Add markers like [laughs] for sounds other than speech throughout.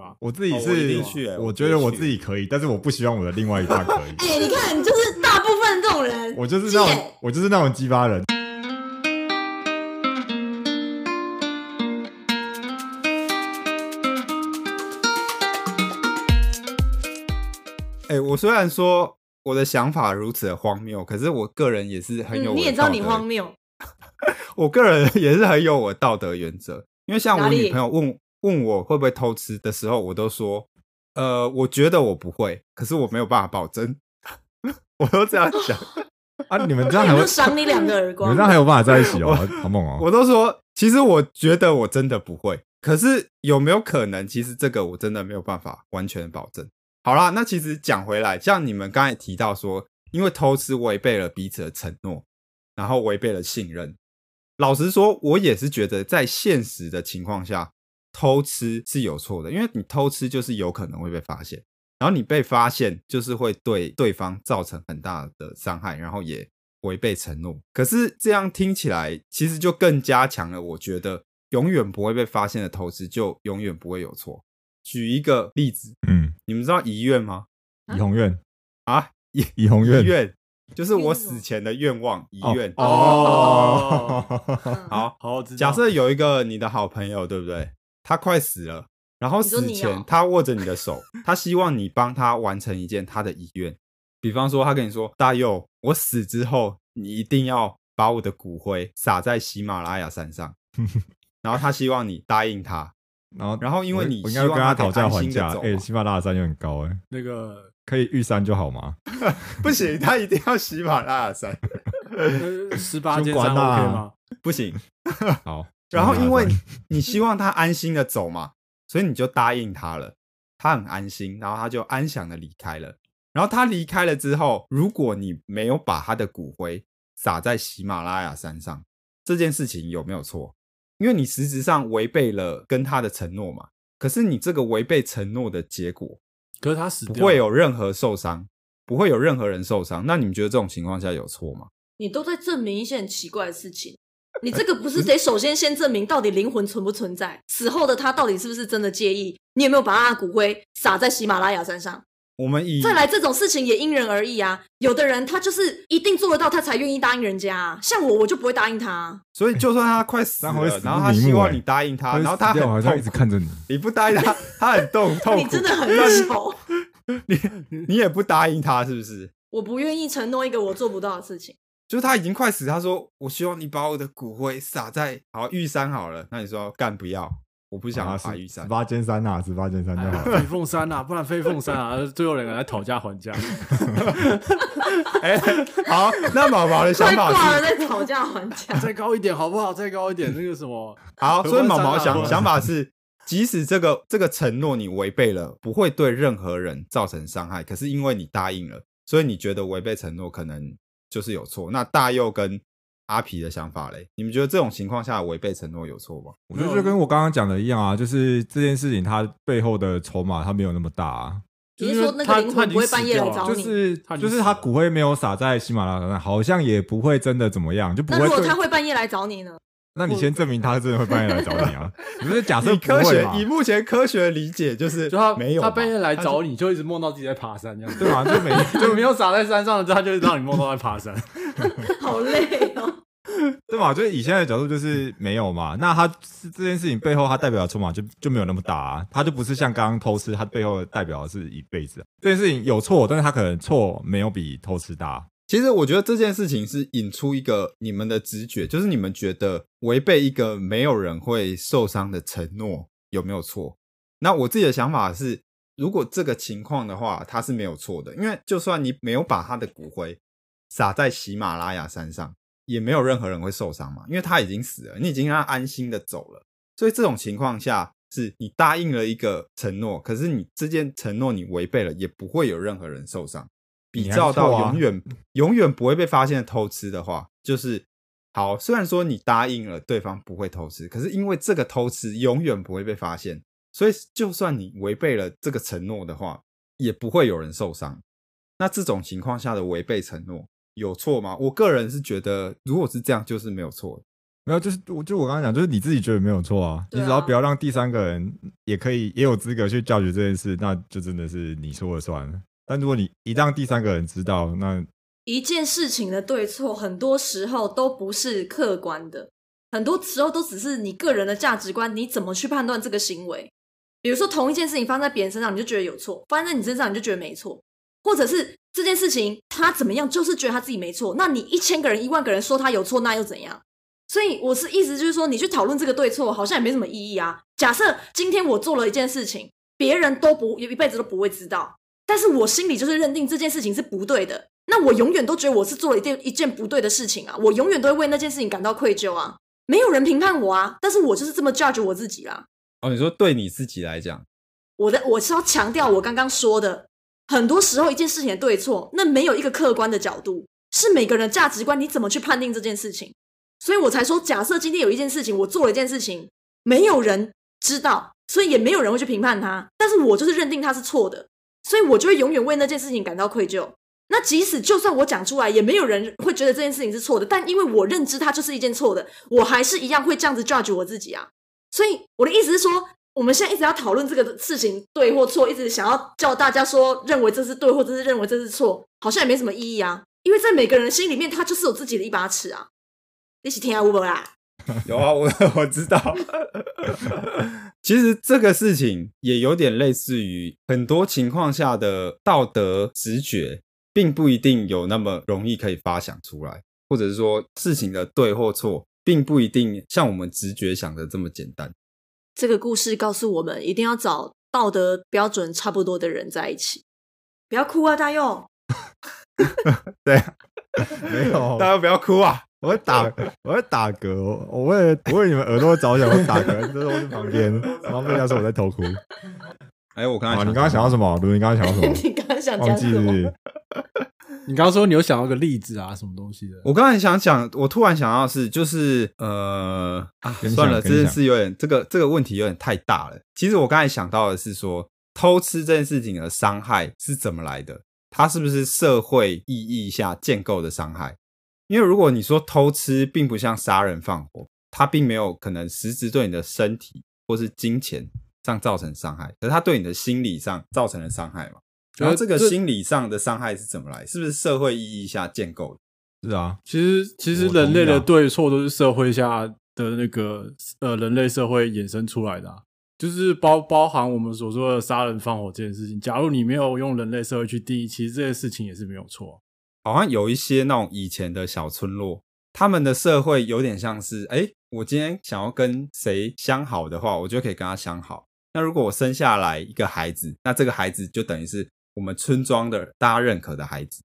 啊我自己哦是，我一定去欸我我觉得我自己去自己可以，但是我不希望我的另外一半可以。哎、你看，就是大部分这种人，我就是那贱种，我就是那种鸡巴人。哎、我虽然说我的想法如此的荒谬，可是我个人也是很有、嗯，你也知道你荒，谬，我个人 [laughs] 也是很有我道德原则。因为像哪我里女朋友问问我会不会偷吃的时候，我都说，呃，我觉得我不会，可是我没有办法保证， [laughs] 我都这样讲， [laughs] 啊，你们这样他有还没会有，赏你两个耳你光们这？样还有办法在一起哦，好猛哦！我都说，其实我觉得我真的不会，可是有没有可能，其实这个我真的没有办法完全保证。好啦，那其实讲回来，像你们刚才提到说，因为偷吃违背了彼此的承诺，然后违背了信任。老实说，我也是觉得在现实的情况下，偷吃是有错的，因为你偷吃就是有可能会被发现，然后你被发现就是会对对方造成很大的伤害，然后也违背承诺。可是这样听起来，其实就更加强了，我觉得永远不会被发现的偷吃就永远不会有错。举一个例子，嗯，你们知道遗愿吗？怡红院，啊，遗怡红遗院，愿就是愿我望死前的愿望，遗哦愿。哦，嗯好，好，知道假设有一个你的好朋友，对不对？他快死了，然后你说死你前哦他握着你的手，他希望你帮他完成一件他的遗愿。比方说，他跟你说：“大佑，我死之后，你一定要把我的骨灰撒在喜马拉雅山 [laughs] 上。”然后他希望你答应他，然后然后因为我你我应希该会望跟他可以讨价安还心地价。走哎，嘛喜马拉雅山有点高哎，那个可以玉山就好 [laughs] 吗？不行，他一定要喜马拉雅 [laughs] 山，呃十八件就管三 OK 啦吗？不行。好，然后因为嗯喜马拉雅山你希望他安心的走嘛，所以你就答应他了。他很安心，然后他就安详的离开了。然后他离开了之后，如果你没有把他的骨灰撒在喜马拉雅山上，这件事情有没有错？因为你实质上违背了跟他的承诺嘛。可是你这个违背承诺的结果，可是他死不掉会了，有任何受伤，不会有任何人受伤。那你们觉得这种情况下有错吗？你都在证明一些很奇怪的事情。你这个不是得首先先证明到底灵魂存不存在，死后的他到底是不是真的介意？你有没有把他的骨灰撒在喜马拉雅山上？我们以再来这种事情也因人而异啊。有的人他就是一定做得到，他才愿意答应人家、啊。像我，我就不会答应他、啊。所以就算他快死这样会了，死然后不他瞑希目望欸你答应他，会然后他死很掉好像痛一直苦，看着你，你不答应 [laughs] 他，他很痛痛苦。 [laughs] 你真的很糗。你也不答应他，是不是？我不愿意承诺一个我做不到的事情。就是他已经快死，他说：“我希望你把我的骨灰撒在好玉山好了。”那你说干不要，我不啊想要撒玉山十。八尖山呐，十八尖山就好 [laughs] 哎 [laughs] 了。飞凤山啊，不然飞凤山啊，最后两个人来讨价还价。哎、好，那毛毛的想快法挂了，是在讨价还价。再高一点好不好？再高一点，那个什么，好，所以毛毛合想欢山啊想法是，即使这个这个承诺你违背了，不会对任何人造成伤害，可是因为你答应了，所以你觉得违背承诺可能就是有错。那大佑跟阿皮的想法嘞，你们觉得这种情况下违背承诺有错吗？我觉得就跟我刚刚讲的一样啊，就是这件事情它背后的筹码它没有那么大啊， [laughs] 你是说那个灵魂不会半夜来然找哦后你？就是他已经就是他死了骨灰没有撒在喜马拉雅山，好像也不会真的怎么样，就不那会如果对他会半夜来找你呢？那你先证明他真的会半夜来找 [laughs] 你啊！你是假设以不科会学嘛，以目前科学的理解就是，就他没有他嘛半夜来他找你，就一直梦到自己在爬山一样，对啊吧？就没 [laughs] 就没有撒在山上的，他就让你梦到在爬山。 [laughs] 好累哦。 [laughs] 对嘛？就是以现在的角度，就是没有嘛。那他这件事情背后，他代表的筹码就就没有那么大啊。他就不是像刚刚偷吃，他背后代表的是一辈子啊。这件事情有错，但是他可能错没有比偷吃大。其实我觉得这件事情是引出一个你们的直觉，就是你们觉得违背一个没有人会受伤的承诺有没有错？那我自己的想法是，如果这个情况的话，它是没有错的，因为就算你没有把他的骨灰撒在喜马拉雅山上，也没有任何人会受伤嘛，因为他已经死了，你已经让他安心的走了。所以这种情况下，是你答应了一个承诺，可是你这件承诺你违背了，也不会有任何人受伤。比你还照错到啊永远、永远不会被发现的偷吃的话，就是好。虽然说你答应了对方不会偷吃，可是因为这个偷吃永远不会被发现，所以就算你违背了这个承诺的话，也不会有人受伤。那这种情况下的违背承诺有错吗？我个人是觉得，如果是这样，就是没有错的。没有，就是我就我刚刚讲，就是你自己觉得没有错啊，对啊你只要不要让第三个人也可以也有资格去教育这件事，那就真的是你说了算了。但如果你一让第三个人知道，那 [laughs] [laughs] 一件事情的对错，很多时候都不是客观的，很多时候都只是你个人的价值观，你怎么去判断这个行为？比如说，同一件事情发生在别人身上，你就觉得有错；发生在你身上，你就觉得没错。或者是这件事情他怎么样，就是觉得他自己没错。那你一千个人、一万个人说他有错，那又怎样？所以我是意思就是说，你去讨论这个对错，好像也没什么意义啊。假设今天我做了一件事情，别人都不一辈子都不会知道，但是我心里就是认定这件事情是不对的，那我永远都觉得我是做了一件一件不对的事情啊，我永远都会为那件事情感到愧疚啊，没有人评判我啊，但是我就是这么 judge 我自己啊啦。哦，你说对你自己来讲， [laughs] 我的我是要强调我刚刚说的，很多时候一件事情的对错，那没有一个客观的角度，是每个人的价值观，你怎么去判定这件事情？所以我才说，假设今天有一件事情，我做了一件事情，没有人知道，所以也没有人会去评判它，但是我就是认定它是错的，所以我就会永远为那件事情感到愧疚。那即使就算我讲出来，也没有人会觉得这件事情是错的，但因为我认知它就是一件错的，我还是一样会这样子 judge 我自己啊。所以我的意思是说，我们现在一直要讨论这个事情对或错，一直想要叫大家说认为这是对或者是认为这是错，好像也没什么意义啊。因为在每个人心里面，他就是有自己的一把尺啊。一起听下 Uber 啦，有啊，我我知道。 [laughs] 其实这个事情也有点类似于很多情况下的道德直觉，并不一定有那么容易可以发想出来，或者是说事情的对或错，并不一定像我们直觉想的这么简单。这个故事告诉我们，一定要找道德标准差不多的人在一起。不要哭啊，大佑！啊没有 [laughs] 大，家不要哭啊！我会打我会打嗝，我为了我为你们耳朵着想，我打嗝，这是我去旁边，然后被人家说我在偷哭。哎，我刚才啊，想你刚刚想到什么？卢，你刚刚想到什 [laughs] 你刚刚想么？讲忘记什是不么？是你刚刚说你有想到个例子啊，什么东西的？我刚才想讲，我突然想到的是，就是呃啊，跟你算了，讲这件事有点这个这个问题有点太大了。其实我刚才想到的是说，偷吃这件事情的伤害是怎么来的？它是不是社会意义下建构的伤害？因为如果你说偷吃并不像杀人放火，它并没有可能实质对你的身体或是金钱上造成伤害，可是它对你的心理上造成了伤害嘛？然后这个呃这心理上的伤害是怎么来？是不是社会意义下建构的？是啊，其实其实我同意啊人类的对错都是社会下的那个呃人类社会衍生出来的、啊，就是包包含我们所说的杀人放火这件事情。假如你没有用人类社会去定义，其实这件事情也是没有错啊、好像有一些那种以前的小村落，他们的社会有点像是，哎、我今天想要跟谁相好的话，我就可以跟他相好。那如果我生下来一个孩子，那这个孩子就等于是我们村庄的大家认可的孩子，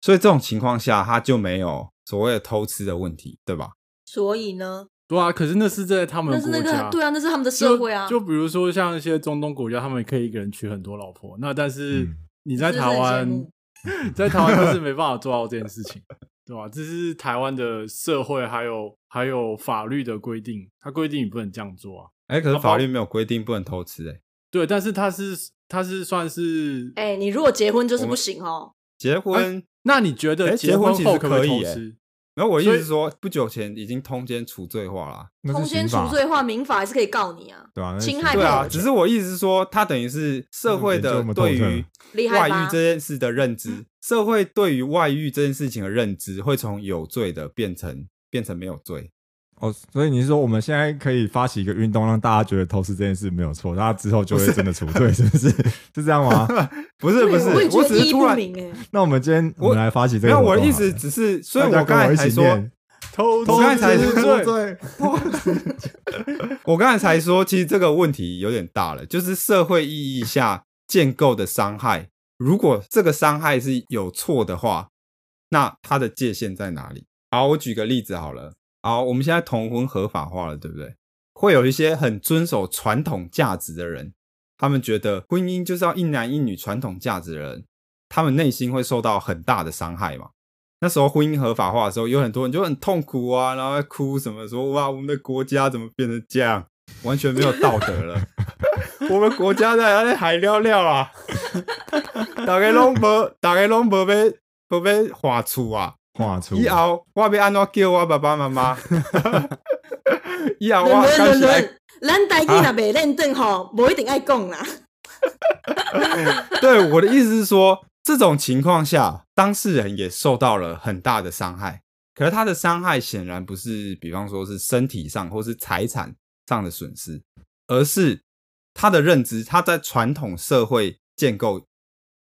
所以这种情况下，他就没有所谓的偷吃的问题，对吧？所以呢，对啊，可是那是在他们那的国是家，那个对啊，那是他们的就社会啊。就比如说像一些中东国家，他们可以一个人娶很多老婆，那但是嗯你在是不是台很湾羡慕， [laughs] 在台湾就是没办法做到这件事情， [laughs] 对吧、这是台湾的社会还有还有法律的规定，它规定你不能这样做啊。哎、可是法律没有规定不能偷吃、哎，对，但是它是它是算是，哎、你如果结婚就是我不们行哦。结婚，那你觉得哎结婚结婚其实后可不可以偷耶吃？然后我意所思以是说，不久前已经通奸除罪化了。啊那通是奸刑除法，罪化，民法还是可以告你啊，对啊，那是侵刑害法对啊，对只是我意思是说，他等于是社会的对嗯研究这么透于彻厉害嗯外吧遇这件事的认知，社会对于外遇这件事情的认知会从有罪的变成变成没有罪。哦，所以你是说我们现在可以发起一个运动，让大家觉得偷吃这件事没有错，大家之后就会真的除罪，是不是？是这样吗？不是不是，我也觉我只得意是义突不然明哎、那我们今天我我们来发起这没有个活动好我了，的意思，只是所以大家我刚跟我才一才起说，念，偷我刚才才是说罪，罪，我刚才才说，其实这个问题有点大了，就是社会意义下建构的伤害，如果这个伤害是有错的话，那它的界限在哪里？好，我举个例子好了。好，我们现在同婚合法化了，对不对？会有一些很遵守传统价值的人，他们觉得婚姻就是要一男一女传统价值的人，他们内心会受到很大的伤害嘛。那时候婚姻合法化的时候，有很多人就很痛苦啊，然后在哭什么说哇，我们的国家怎么变成这样，完全没有道德了。我们国家在在海尿尿啊，大家拢无，大家拢无被无被划出啊。画出以后我要安怎么叫我爸爸妈妈？ [laughs] 以后人啊我人刚人起来，啊人，咱台语若袂认真吼，无一定爱讲啦。 [laughs] 对我的意思是说，这种情况下，当事人也受到了很大的伤害。可是他的伤害显然不是，比方说是身体上或是财产上的损失，而是他的认知，他在传统社会建构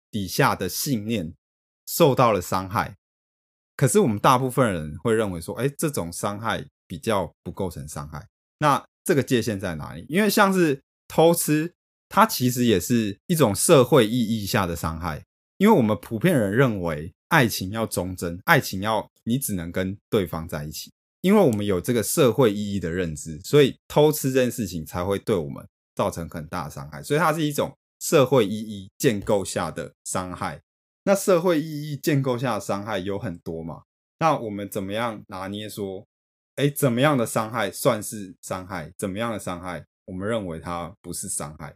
底下的信念受到了伤害。可是我们大部分人会认为说，哎，这种伤害比较不构成伤害。那这个界限在哪里？因为像是偷吃，它其实也是一种社会意义下的伤害。因为我们普遍人认为，爱情要忠贞，爱情要你只能跟对方在一起。因为我们有这个社会意义的认知，所以偷吃这件事情才会对我们造成很大的伤害。所以它是一种社会意义建构下的伤害。那社会意义建构下的伤害有很多嘛？那我们怎么样拿捏说哎，怎么样的伤害算是伤害？怎么样的伤害，我们认为它不是伤害，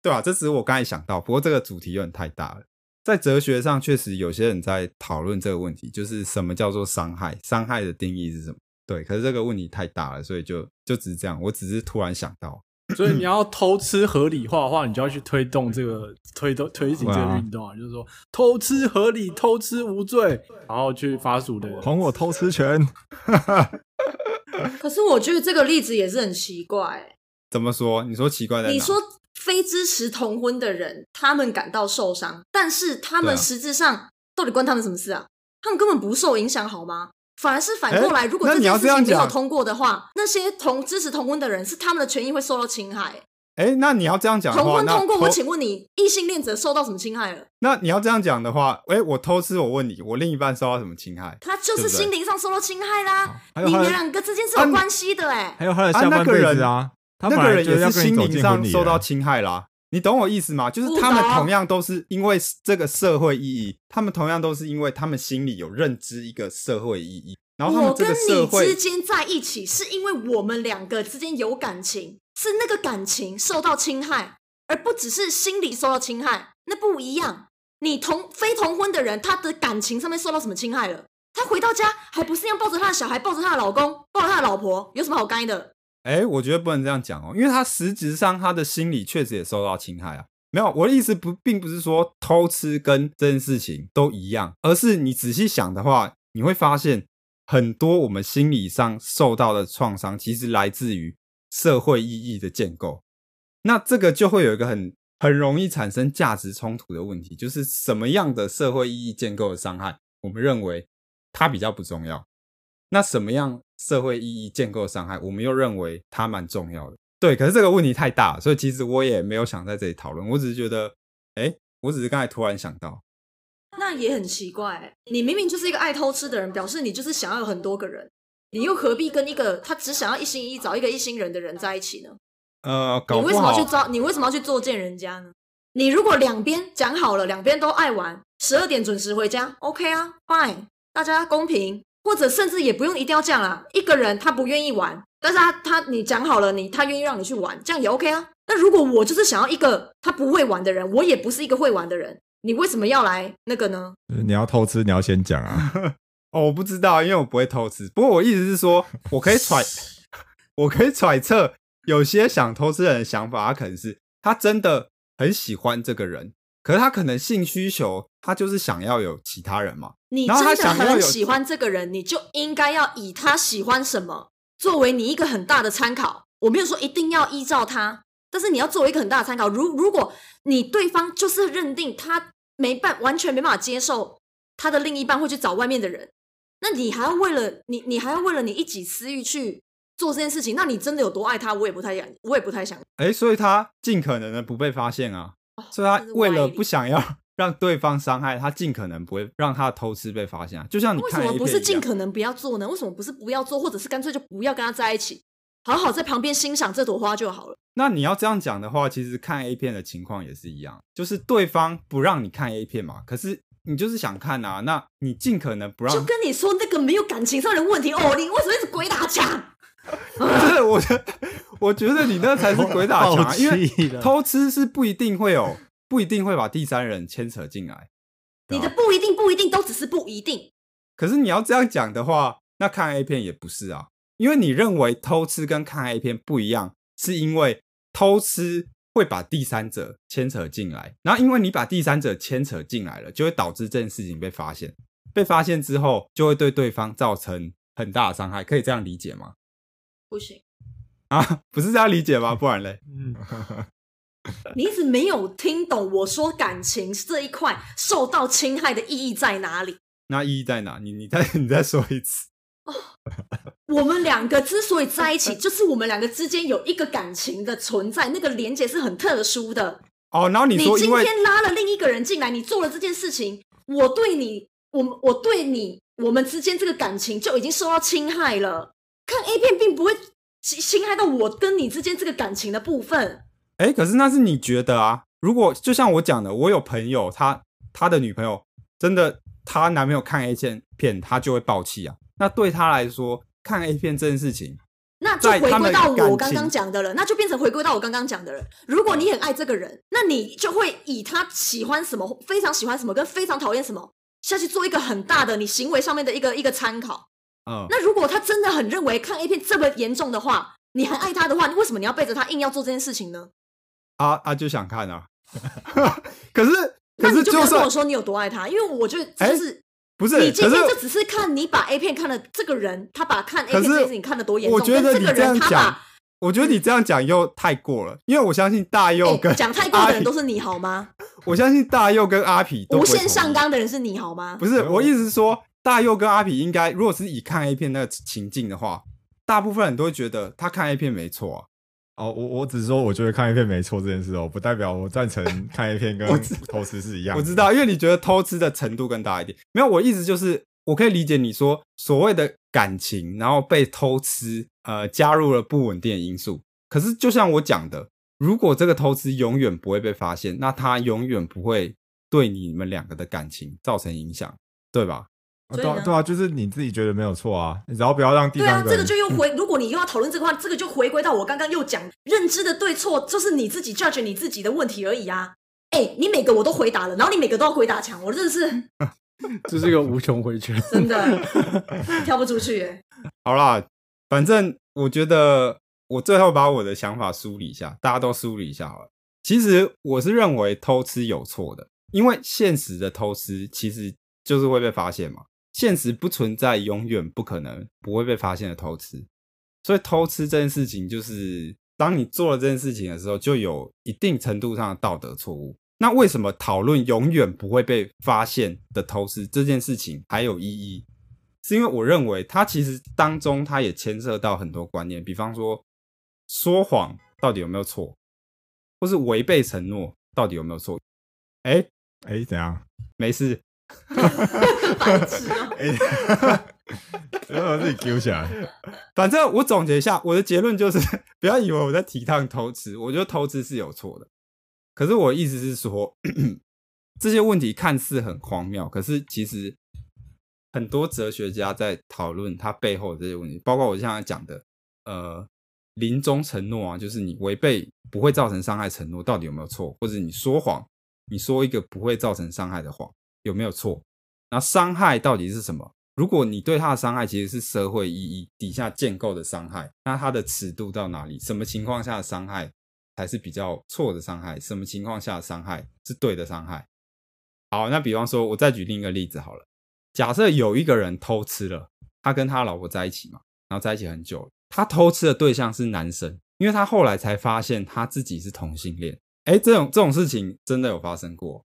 对吧、这只是我刚才想到，不过这个主题有点太大了。在哲学上，确实有些人在讨论这个问题，就是什么叫做伤害，伤害的定义是什么？对，可是这个问题太大了，所以就就只是这样。我只是突然想到，所以你要偷吃合理化的话，你就要去推动这 [laughs] 个推动推行这对个啊运动啊，就是说偷吃合理，偷吃无罪，然后去发属的人。还我偷吃权。 [laughs] 可是我觉得这个例子也是很奇怪、欸怎么说？你说奇怪在哪？你说非支持同婚的人，他们感到受伤，但是他对们啊实质上、到底关他们什么事啊？他们根本不受影响，好吗？反而是反哎过来，如果那这你要件事这样情没有讲通过的话，那些同支持同婚的人是他们的权益会受到侵害。哎，那你要这样讲的同话，婚那通过，偷我请问你，异性恋者受到什么侵害了？那你要这样讲的话，哎，我偷吃，我问你，我另一半受到什么侵害？他就对是不对心灵上受到侵害啦。还有你他们的两个之间是啊有你关系的哎、还有他的啊下那半个辈人子啊，他本那个来人就是也要是跟你心走灵进上婚礼啊受到了，侵害啦。你懂我意思吗？就是他不们懂同样都是因为这个社会意义，他们同样都是因为他们心里有认知一个社会意义，然后他们我这跟个社你之会间在一起，是因为我们两个之间有感情，是那个感情受到侵害，而不只是心理受到侵害，那不一样。你同非同婚的人，他的感情上面受到什么侵害了？他回到家还不是一样抱着他的小孩，抱着他的老公，抱着他的老婆，有什么好该的？哎，我觉得不能这样讲哦，因为他实质上他的心理确实也受到侵害啊。没有，我的意思不，并不是说偷吃跟这件事情都一样，而是你仔细想的话，你会发现很多我们心理上受到的创伤，其实来自于社会意义的建构。那这个就会有一个很很容易产生价值冲突的问题，就是什么样的社会意义建构的伤害，我们认为它比较不重要。那什么样社会意义建构的伤害，我们又认为它蛮重要的。对，可是这个问题太大，所以其实我也没有想在这里讨论，我只是觉得，哎，我只是刚才突然想到，那也很奇怪、你明明就是一个爱偷吃的人，表示你就是想要有很多个人，你又何必跟一个他只想要一心一意找一个一心人的人在一起呢？呃，你搞为不什么要好去招？你为什么要去作践人家呢？你如果两边讲好了，两边都爱玩，十二点准时回家，OK 啊，fine，大家公平，或者甚至也不用一定要这样啦。一个人他不愿意玩，但是他他你讲好了，你他愿意让你去玩，这样也 OK 啊。那如果我就是想要一个他不会玩的人，我也不是一个会玩的人，你为什么要来那个呢？就是你要偷吃，你要先讲啊。 [laughs] 哦，我不知道，因为我不会偷吃。不过我意思是说，我可以 [laughs] 揣，我可以揣测，有些想偷吃的人的想法，他可能是他真的很喜欢这个人，可是他可能性需求，他就是想要有其他人嘛。你然后真他的想要有很喜欢这个人，你就应该要以他喜欢什么作为你一个很大的参考。我没有说一定要依照他，但是你要作为一个很大的参考。如如果你对方就是认定他没办完全没办法接受他的另一半会去找外面的人，那你还要为了你你还要为了你一己私欲去做这件事情，那你真的有多爱他？我也不太想，我也不太想。哎、所以他尽可能的不被发现啊，所以他这哦是为歪了理不想要 [laughs] 让对方伤害，他尽可能不会让他的偷吃被发现啊。就像你为什看 A 么片不是一尽样可能不要做呢？为什么不是不要做，或者是干脆就不要跟他在一起，好好在旁边欣赏这朵花就好了？那你要这样讲的话，其实看 A 片的情况也是一样，就是对方不让你看 A 片嘛，可是你就是想看啊，那你尽可能不让。就跟你说那个没有感情上的问题哦，你为什么一直鬼打墙？ [laughs] 不是，我觉得，我觉得你那才是鬼打墙、[laughs] 啊，好因为气的偷吃是不一定会有，不一定会把第三人牵扯进来。对你啊的不一定不一定都只是不一定，可是你要这样讲的话，那看 A 片也不是啊，因为你认为偷吃跟看 A 片不一样，是因为偷吃会把第三者牵扯进来，然后因为你把第三者牵扯进来了，就会导致这件事情被发现。被发现之后，就会对对方造成很大的伤害，可以这样理解吗？ [laughs] 不行，啊，不是这样理解吗？不然嘞，嗯，你一直没有听懂我说感情这一块受到侵害的意义在哪里。那意义在哪？你你再你再说一次。我们两个之所以在一起，就是我们两个之间有一个感情的存在，那个连接是很特殊的。哦，然后你你说今因为天拉了另一个人进来，你做了这件事情，我对你，我们我对你，我们之间这个感情就已经受到侵害了。看 A 片并不会侵侵害到我跟你之间这个感情的部分。哎、可是那是你觉得啊。如果就像我讲的，我有朋友，他他的女朋友真的，她男朋友看 A 片片，他就会爆气啊。那对他来说，看 A 片这件事情，那就在回他归们到感我刚刚情讲的了，那就变成回归到我刚刚讲的了。如果你很爱这个人，那你就会以他喜欢什么、非常喜欢什么跟非常讨厌什么下去做一个很大的你行为上面的一个一个参考。嗯，那如果他真的很认为看 A 片这么严重的话，你还爱他的话，为什么你要背着他硬要做这件事情呢？啊啊就想看啊。 [laughs] 可是那可你是就不要跟算我说你有多爱他，因为我觉得哎就是、不是，你今可天是就只是看你把 A 片看了，这个人他把看 A 可片是这件事情看得多严重，我觉得跟你这这个人样他讲把，我觉得你这样讲又太过了，因为我相信大佑跟哎讲、太过的人都是，是你好吗？我相信大佑跟阿皮都无不会限上同意纲的人是你好吗？不是，我意思是说，大佑跟阿皮应该，如果是以看 A 片那个情境的话，大部分人都会觉得他看 A 片没错啊。 [laughs] 哦，我我只是说我觉得看 A 片没错这件事哦，不代表我赞成看 A 片跟我知偷吃是一样的。我知道，因为你觉得偷吃的程度更大一点。没有，我意思就是，我可以理解你说所谓的感情，然后被偷吃，呃，加入了不稳定的因素。可是就像我讲的，如果这个偷吃永远不会被发现，那它永远不会对你们两个的感情造成影响，对吧？啊，所以对啊呢对啊，就是你自己觉得没有错啊，你只要不要让第对三啊，这人个就又回，如果你又要讨论这个话，这个就回归到我刚刚又讲认知的对错，就是你自己 judge 你自己的问题而已啊。哎、你每个我都回答了，然后你每个都要鬼打墙，我真的是这是一个无穷回圈。真的 [laughs] 跳不出去耶、好啦，反正我觉得我最后把我的想法梳理一下，大家都梳理一下好了。其实我是认为偷吃有错的，因为现实的偷吃其实就是会被发现嘛。现实不存在永远不可能不会被发现的偷吃，所以偷吃这件事情就是当你做了这件事情的时候，就有一定程度上的道德错误。那为什么讨论永远不会被发现的偷吃这件事情还有意义？是因为我认为它其实当中它也牵涉到很多观念，比方说说谎到底有没有错，或是违背承诺到底有没有错？哎，哎怎样？没事，白痴啊！ [laughs] 然哎后自己 Q 起来。反正我总结一下，我的结论就是 [laughs] 不要以为我在提倡偷吃，我觉得偷吃是有错的。可是我的意思是说， [clears throat] 这些问题看似很荒谬，可是其实很多哲学家在讨论它背后的这些问题，包括我刚才讲的，呃，临终承诺啊，就是你违背不会造成伤害承诺到底有没有错，或者你说谎，你说一个不会造成伤害的谎有没有错？然后伤害到底是什么？如果你对他的伤害其实是社会意义底下建构的伤害，那它的尺度到哪里？什么情况下的伤害才是比较错的伤害？什么情况下的伤害是对的伤害？好，那比方说，我再举另一个例子好了。假设有一个人偷吃了，他跟他老婆在一起嘛，然后在一起很久了，他偷吃的对象是男生，因为他后来才发现他自己是同性恋。哎，这种这种事情真的有发生过。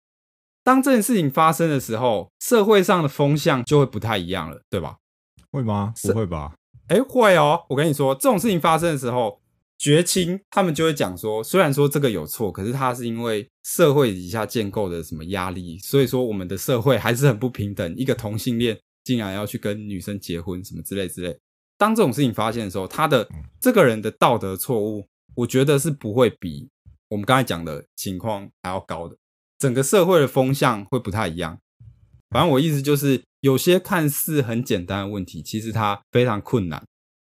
当这件事情发生的时候，社会上的风向就会不太一样了，对吧？会吗？不是会吧？哎，会哦，我跟你说，这种事情发生的时候，绝亲他们就会讲说，虽然说这个有错，可是它是因为社会底下建构的什么压力，所以说我们的社会还是很不平等。一个同性恋竟然要去跟女生结婚，什么之类之类。当这种事情发现的时候，他的这个人的道德错误，我觉得是不会比我们刚才讲的情况还要高的。整个社会的风向会不太一样。反正我意思就是，有些看似很简单的问题，其实它非常困难，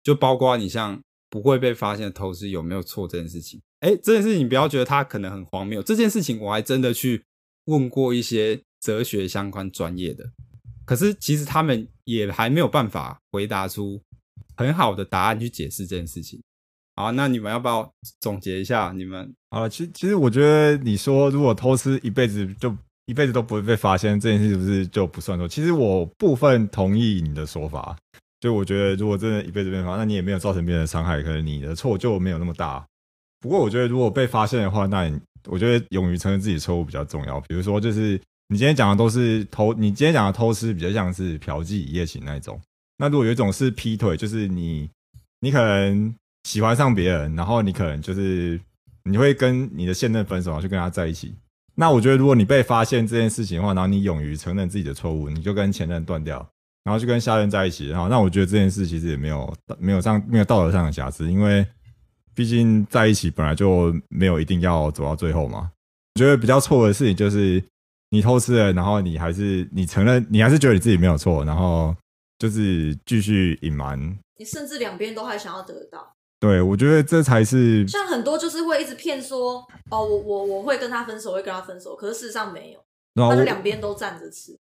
就包括你像不会被发现的偷吃有没有错这件事情。哎，这件事情你不要觉得它可能很荒谬，这件事情我还真的去问过一些哲学相关专业的，可是其实他们也还没有办法回答出很好的答案去解释这件事情。好，那你们要不要总结一下？你们好了，其其实我觉得你说如果偷吃一辈子就一辈子都不会被发现这件事，是不是就不算错？其实我部分同意你的说法，就我觉得如果真的一辈子被发，那你也没有造成别人的伤害，可能你的错就没有那么大。不过我觉得如果被发现的话，那你我觉得勇于承认自己错误比较重要。比如说，就是你今天讲的都是偷，你今天讲的偷吃比较像是嫖妓一夜情那一种。那如果有一种是劈腿，就是你你可能喜欢上别人，然后你可能就是你会跟你的现任分手，然后去跟他在一起。那我觉得，如果你被发现这件事情的话，然后你勇于承认自己的错误，你就跟前任断掉，然后就跟下任在一起，然后那我觉得这件事其实也没有没有上没有道德上的瑕疵，因为毕竟在一起本来就没有一定要走到最后嘛。我觉得比较错的事情就是你偷吃了，然后你还是你承认你还是觉得你自己没有错，然后就是继续隐瞒。你甚至两边都还想要得到。对我觉得这才是像很多就是会一直骗说，哦，我我我会跟他分手，我会跟他分手，可是事实上没有，然后他就哦我两边都站着吃。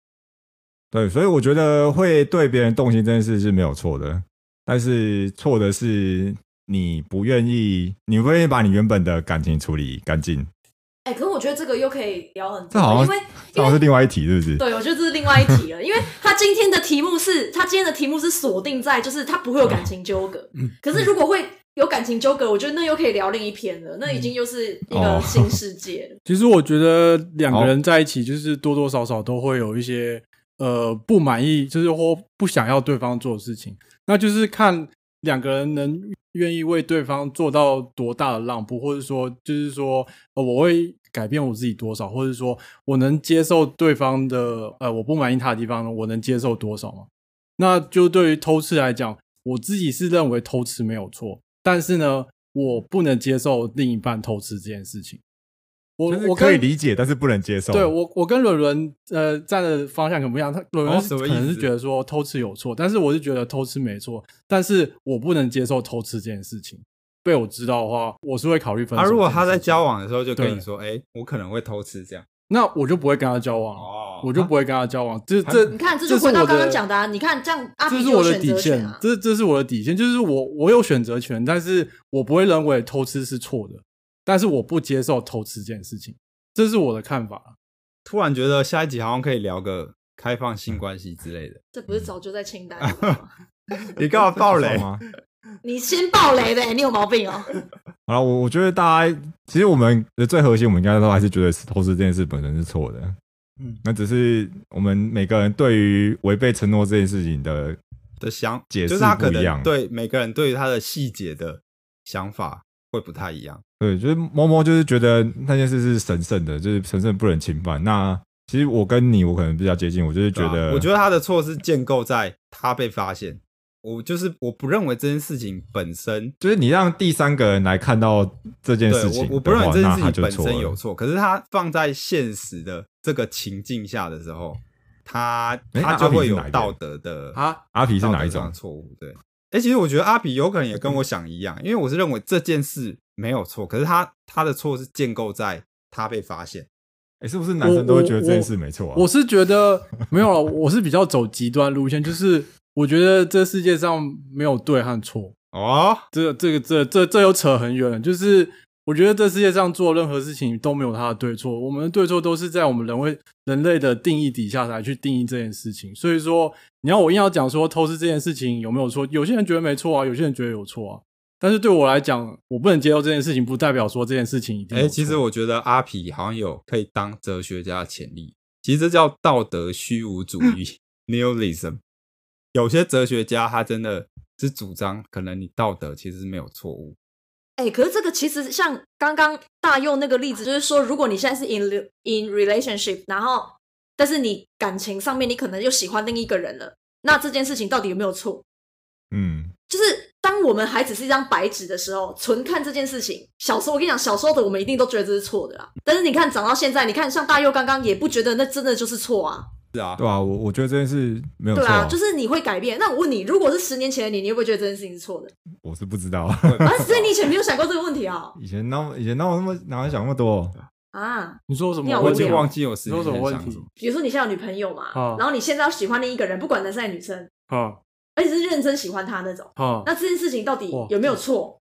对，所以我觉得会对别人动心这件事是没有错的，但是错的是你不愿意，你不愿意把你原本的感情处理干净，哎、可是我觉得这个又可以聊很这多，好像因为这因好像是为另外一题，是不是？对我觉得这是另外一题了，因为他今天的题目是他今天的题目是锁定在就是他不会有感情纠葛，嗯可是如果会有感情纠葛，我觉得那又可以聊另一篇了，那已经又是一哦个新世界了。 [laughs] 其实我觉得两好个人在一起，就是多多少少都会有一些呃不满意，就是或不想要对方做的事情。那就是看两个人能愿意为对方做到多大的让步，或者说，就是说，呃，我会改变我自己多少，或者说我能接受对方的呃我不满意他的地方，我能接受多少嘛？那就对于偷吃来讲，我自己是认为偷吃没有错，但是呢，我不能接受另一半偷吃这件事情。我就是我可以跟理解，但是不能接受。对我，我跟伦伦呃站的方向可能不一样。他伦哦伦是什么可意能是思觉得说偷吃有错，但是我是觉得偷吃没错，但是我不能接受偷吃这件事情。被我知道的话，我是会考虑分手。啊，如果他在交，往的时候就跟对你说，哎、我可能会偷吃这样，那我就不会跟他交往，哦我就不会跟他交往。这这你看，这这就是回到我刚刚的讲的啊！你看，这样阿这比是就我的有选底择权线，啊。这这是我的底线，就是我我有选择权，但是我不会认为偷吃是错的，但是我不接受偷吃这件事情，这是我的看呃法。啊突然觉得下一集好像可以聊个开放嗯性关系之类的。 [laughs] 这不是早就在清单里 [laughs] 了吗？你干嘛爆雷？吗？你先爆雷的，你有毛病哦！好了，我我觉得大家其实我们的最核心，我们应该都还是觉得偷吃这件事本身是错的。嗯那只是我们每个人对于违背承诺这件事情的的想解释就是他可不一样能对每个人对于他的细节的想法会不太一样。对，就是猫猫就是觉得那件事是神圣的，就是神圣不能侵犯。那其实我跟你，我可能比较接近，我就是觉对吧啊得，我觉得得他的错是建构在他被发现。我就是我不认为这件事情本身，就是你让第三个人来看到这件对事我情我不的认为话这件那事他情就本错身了有错，可是他放在现实的这个情境下的时候，他诶那他就阿平会是有哪一边道德的啊，阿皮是道哪德一上的种？错误？对，哎、其实我觉得阿比有可能也跟我想一样，因为我是认为这件事没有错，可是他他的错是建构在他被发现。哎、是不是男生都会觉得这件事没错啊？我是觉得没有了， [laughs] 我是比较走极端路线，就是我觉得这世界上没有对和错，哦，这这个这这这又扯很远了。就是我觉得这世界上做任何事情都没有它的对错，我们的对错都是在我们人类人类的定义底下来去定义这件事情。所以说，你要我硬要讲说偷吃这件事情有没有错，有些人觉得没错啊，有些人觉得有错啊。但是对我来讲，我不能接受这件事情，不代表说这件事情一定哎、有错。其实我觉得阿皮好像有可以当哲学家的潜力。其实这叫道德虚无主义 [laughs] （nihilism）。有些哲学家他真的是主张，可能你道德其实没有错误。哎、可是这个其实像刚刚大佑那个例子，就是说，如果你现在是 in re- in relationship，然后但是你感情上面你可能又喜欢另一个人了，那这件事情到底有没有错？嗯，就是当我们还只是一张白纸的时候，纯看这件事情。小时候我跟你讲，小时候的我们一定都觉得这是错的啦。但是你看长到现在，你看像大佑刚刚也不觉得那真的就是错啊，是啊，对啊，我我觉得这件事没有对错、啊，就是你会改变。那我问你，如果是十年前的你，你会不会觉得这件事情是错的？ [laughs] 我是不知道，啊，所以你以前没有想过这个问题啊、以前哪以前哪有那么哪有想那么多？啊，你说什你好么？我无已问题？聊经忘记有时你说间什么想问什题么。哦比如说你现在有女朋友嘛，啊然后你现在要喜欢另一个人，不管男生还是女生，啊？而且是认真喜欢他那种。哦哈，那这件事情到底哇有没有错？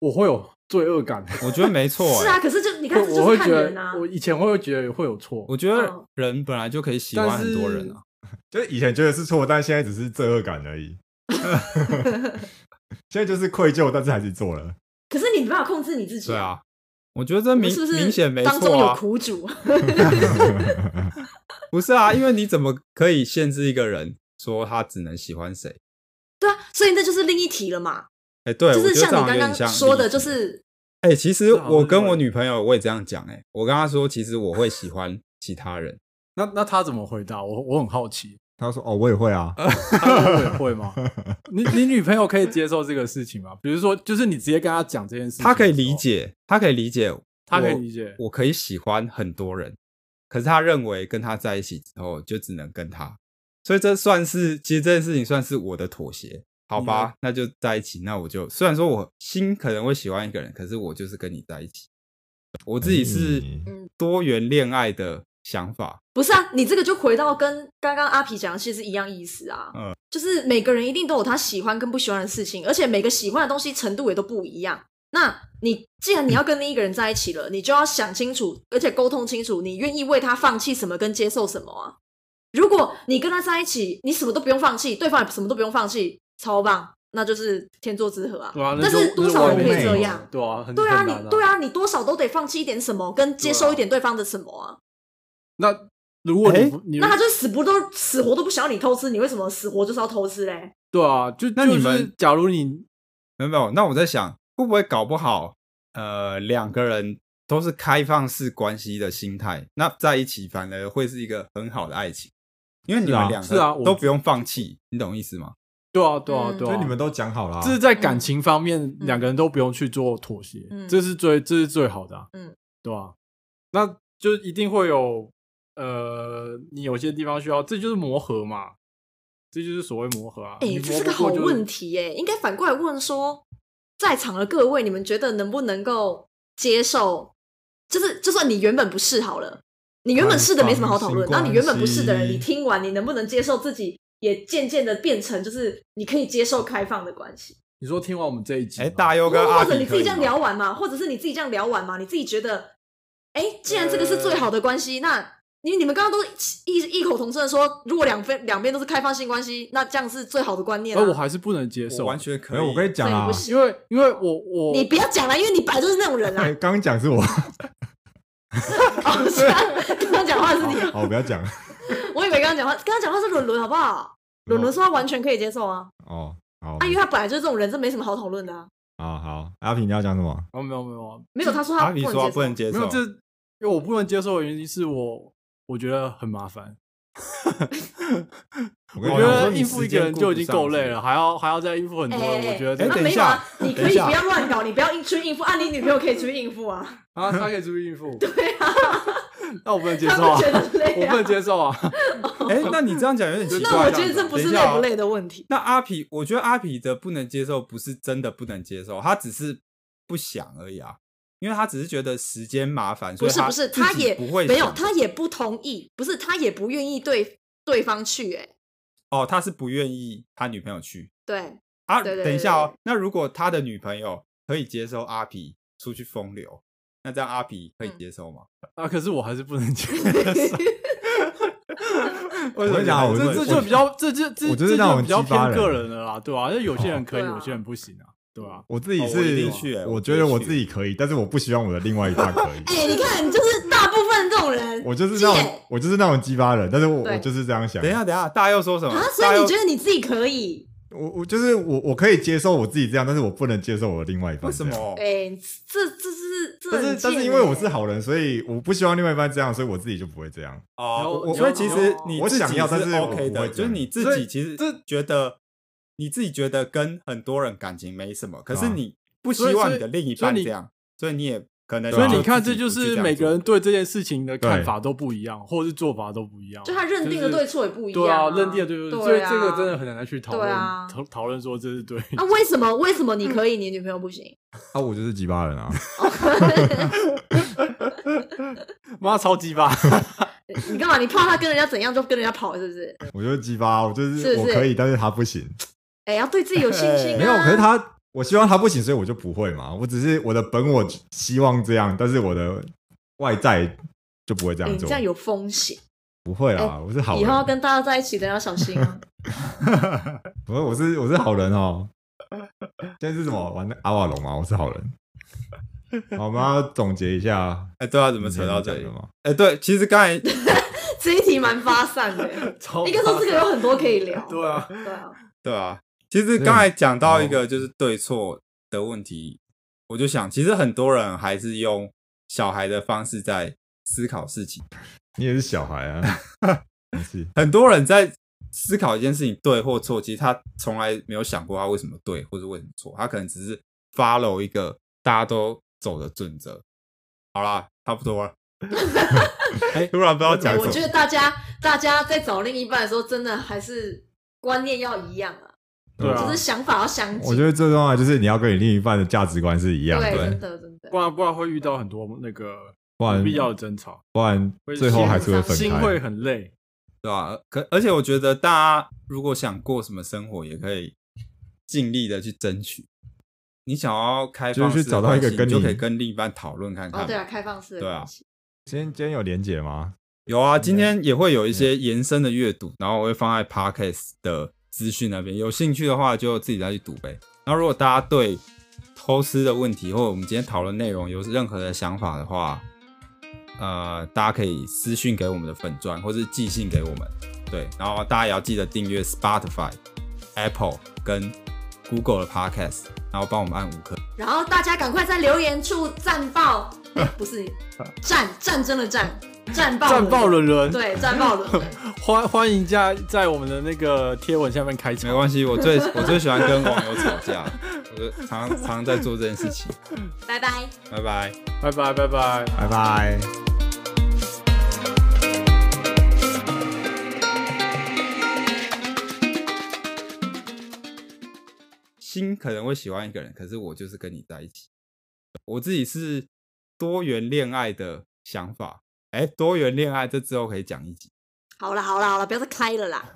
我会有罪恶感。我觉得没错、欸，是啊，可是就 [laughs] 你看，这我就会是觉看人得啊，。我以前会觉得会有错，我觉得嗯人本来就可以喜但欢很多是人啊。就是以前觉得是错，但现在只是罪恶感而 [laughs] 已。现在就是愧疚，但是还是做了。可是你没办法控制你自己对。啊，我觉得这我们明是不是明显没当中错有啊，苦主？ [laughs] 不是啊，因为你怎么可以限制一个人说他只能喜欢谁？对啊，所以那就是另一题了嘛。哎、对，就我是觉得这样你有刚点刚像说的，利己就是哎、其实这好像我是跟外我面女朋友我也这样讲，哎，我跟她说，其实我会喜欢其他人，那那他怎么回答？我我很好 [laughs] 奇，他说：“哦，我也会啊。他我也会吗？你你女朋友可以接受这个事情吗？比如说，就是你直接跟她讲这件事情，她可以理，解，她可以理解，她可以理解。我可以喜欢很多人，可是她认为跟他在一起之后就只能跟他，所以这算是其实这件事情算是我的妥协，嗯好吧？那就在一起，那我就虽然说我心可能会喜欢一个人，可是我就是跟你在一起，我自己是嗯多元恋爱的想法，不是啊？你这个就回到跟刚刚阿皮讲的其实一样意思啊。嗯，就是每个人一定都有他喜欢跟不喜欢的事情，而且每个喜欢的东西程度也都不一样。那你既然你要跟另一个人在一起了，你就要想清楚，而且沟通清楚，你愿意为他放弃什么跟接受什么啊？如果你跟他在一起，你什么都不用放弃，对方也什么都不用放弃，超棒，那就是天作之合啊。对啊，那但就是多少人可完以美这嘛样？对啊，很对啊，很难你对啊，你多少都得放弃一点什么，跟接受一点对啊方的什么啊。那如果你哎不你那他就死不都死活都不想要你偷吃，你为什么死活就是要偷吃嘞？对啊，就那就你是们假如你没有没有？那我在想，会不会搞不好，呃，两个人都是开放式关系的心态，那在一起反而会是一个很好的爱情。因为你是啊们两是啊个我都不用放弃，你懂意思吗？对啊对啊嗯对所啊，以你们都讲好了、啊，这是在感情方面，嗯两个人都不用去做妥协，嗯这是最这是最好的、啊，嗯，对吧、那就一定会有呃，你有些地方需要，这就是磨合嘛，这就是所谓磨合啊。哎、你这磨是不个好过就问题耶、应该反过来问说，在场的各位，你们觉得能不能够接受？就是就算你原本不是好了，你原本是的没什么好讨论，开放性然后你原本不是的人，关系你听完你能不能接受自己也渐渐的变成就是你可以接受开放的关系？你说听完我们这一集吗，哎、大优跟或阿者比你可自己以这样吗聊完嘛，或者是你自己这样聊完嘛，你自己觉得，哎、既然这个呃是最好的关系，那你你们刚刚都异异口同声的说，如果两边两边都是开放性关系，那这样是最好的观念、啊。而我还是不能接受呃我啊，完全可没以。有，我跟你讲所啊以不，行因为因为我我你不要讲了，因为你本来就是那种人啊哎，。刚刚讲是我， [laughs] 哦，是啊，刚刚讲话是你，哦，不要讲我以为刚刚讲话，刚刚讲话是伦伦，好不好？伦伦说他完全可以接受啊，哦，好啊，因为他本来就是这种人，这没什么好讨论的啊。啊，好，阿平你要讲什么？哦没有没有没有，他说阿他比啊说他不不能能接接没受，有，这因为我不能接受的原因是我我觉得很麻烦。我我跟你觉讲，得应付一个人就已经够累了，还要还要再应付很受。多哎人，我觉哎得这哎，啊等一没有啊，你可等一以下不要乱搞，你不要硬去应付，啊，你女朋友可以去应付啊，啊，他可以出去应 [laughs] 付，对啊， [laughs] 那我不能接他受啊不，觉得累我不啊能。接受啊，哎、那你这样讲有点奇怪。 [laughs] 那我觉得这不是等一下累哦不累的问题。那阿皮，我觉得阿皮的不能接受不是真的不能接受，他只是不想而已啊，因为他只是觉得时间麻烦，所不以是不是，他他自己也不会没有，想他也不同意，不是他也不愿意对对方去、欸，哎，哦，他是不愿意他女朋友去对，啊。对对对等一下哦，那如果他的女朋友可以接受阿皮出去风流，那这样阿皮嗯可以接受吗？啊，可是我还是不能接受， [laughs] 嗯为我跟你讲我这这就比较这这这我就这是就那种比较激发偏人个人的啦，对吧？那有些人可以，哦对啊。有些人不行啊，对吧？我自己哦我一定是去欸，我我一定觉得我去自己可以，但是我不希望我的另外一半可以 [laughs] 哎、你看，就是大部分这种人，我就是那种贱，我就是那种激发人，但是我对我就是这样想。等一下，等一下，大佑说什么？啊，嗯所大以佑你觉得你自己可以？我我就是我，我可以接受我自己这样，但是我不能接受我的另外一半。为什？么？哦哎、这这是这但很是贱但是因为我是欸好人，所以我不希望另外一半这样，所以我自己就不会这样。哦，我所以我其实你我自己想要但是是我 OK 不的，会就是你自所己以其实这觉得你自己觉得跟很多人感情没什么，可是啊你不所以希望所以你的另一所以半你这样，所以你也可能所以对啊你看，自这己就不去是样每个做人对这件事情的看对法都不一样，或者是做法都不一样，就他认定就的是对错也不一样、对啊，啊，认定的对不对、对？啊，所以这个真的很难再去讨对论啊讨讨论说这是对， [laughs] 那、为什么为什么你可以，你女朋友不行？啊，我就是激发人 [laughs] 啊！妈超鸡巴，呃你干嘛？你怕他跟人家怎样就跟人家跑，是不是？我就是激发，我就是是不我是可以，但是他不行。哎，要对自己有信心、啊。没有，可是他，我希望他不行，所以我就不会嘛。我只是我的本我希望这样，但是我的外在就不会这哎样你做。这样有风险，不会啦，我是好以人后，要跟大家在一起的人要小心哦。 [laughs] 不是我是我是好人哦。现在是什么玩的阿瓦隆吗？我是好人。好，我们要总结一下，哎，对啊，怎我么扯到这里？吗？哎，对，其实刚才 [laughs] 这一题蛮发散的，超应该说这个有很多可以聊。 [laughs] 对啊，对啊，对啊，其实刚才讲到一个就是对错的问题，我就想，其实很多人还是用小孩的方式在思考事情，你也是小孩啊，没事。很多人在思考一件事情对或错，其实他从来没有想过他为什么对或者为什么错，他可能只是 follow 一个大家都走的准则。好啦，差不多了。 [laughs] 哎，突然不知道讲哎什我么觉。得大家大家在找另一半的时候，真的还是观念要一样啊， [laughs] 对就啊是，想法要相我近觉。得最重要的就是你要跟你另一半的价值观是一样对，的真，的真的不。然不然会遇到很多那个不然不必要的争吵，不然会最后还是会分心开。会很累。对啊，可而且我觉得大家如果想过什么生活，也可以尽力的去争取。你想要开放就是式去找到一关个系跟你就你可以跟另一半讨论看看。哦，对啊，开放式的对啊关系今天今天有连结吗？有啊，今天也会有一些延伸的阅读，然后我会放在 podcast 的资讯那边，有兴趣的话就自己再去读呗。然后如果大家对偷吃的问题或者我们今天讨论内容有任何的想法的话，呃，大家可以私讯给我们的粉砖，或是寄信给我们。对，然后大家也要记得订阅 Spotify、Apple 跟 Google 的 podcast，然后帮我们按五颗。然后大家赶快在留言处战爆，哎不是战战争的战，战爆战爆人，伦伦，对，战爆人。欢欢迎家在我们的那个贴文下面开没场。关系，我最我最喜欢跟网友吵架，我就常常常在做这件事情。拜拜。拜拜。拜拜拜拜。拜拜。心可能会喜欢一个人，可是我就是跟你在一起。我自己是多元恋爱的想法，哎，多元恋爱这之后可以讲一集。好了好了好了，不要再开了啦。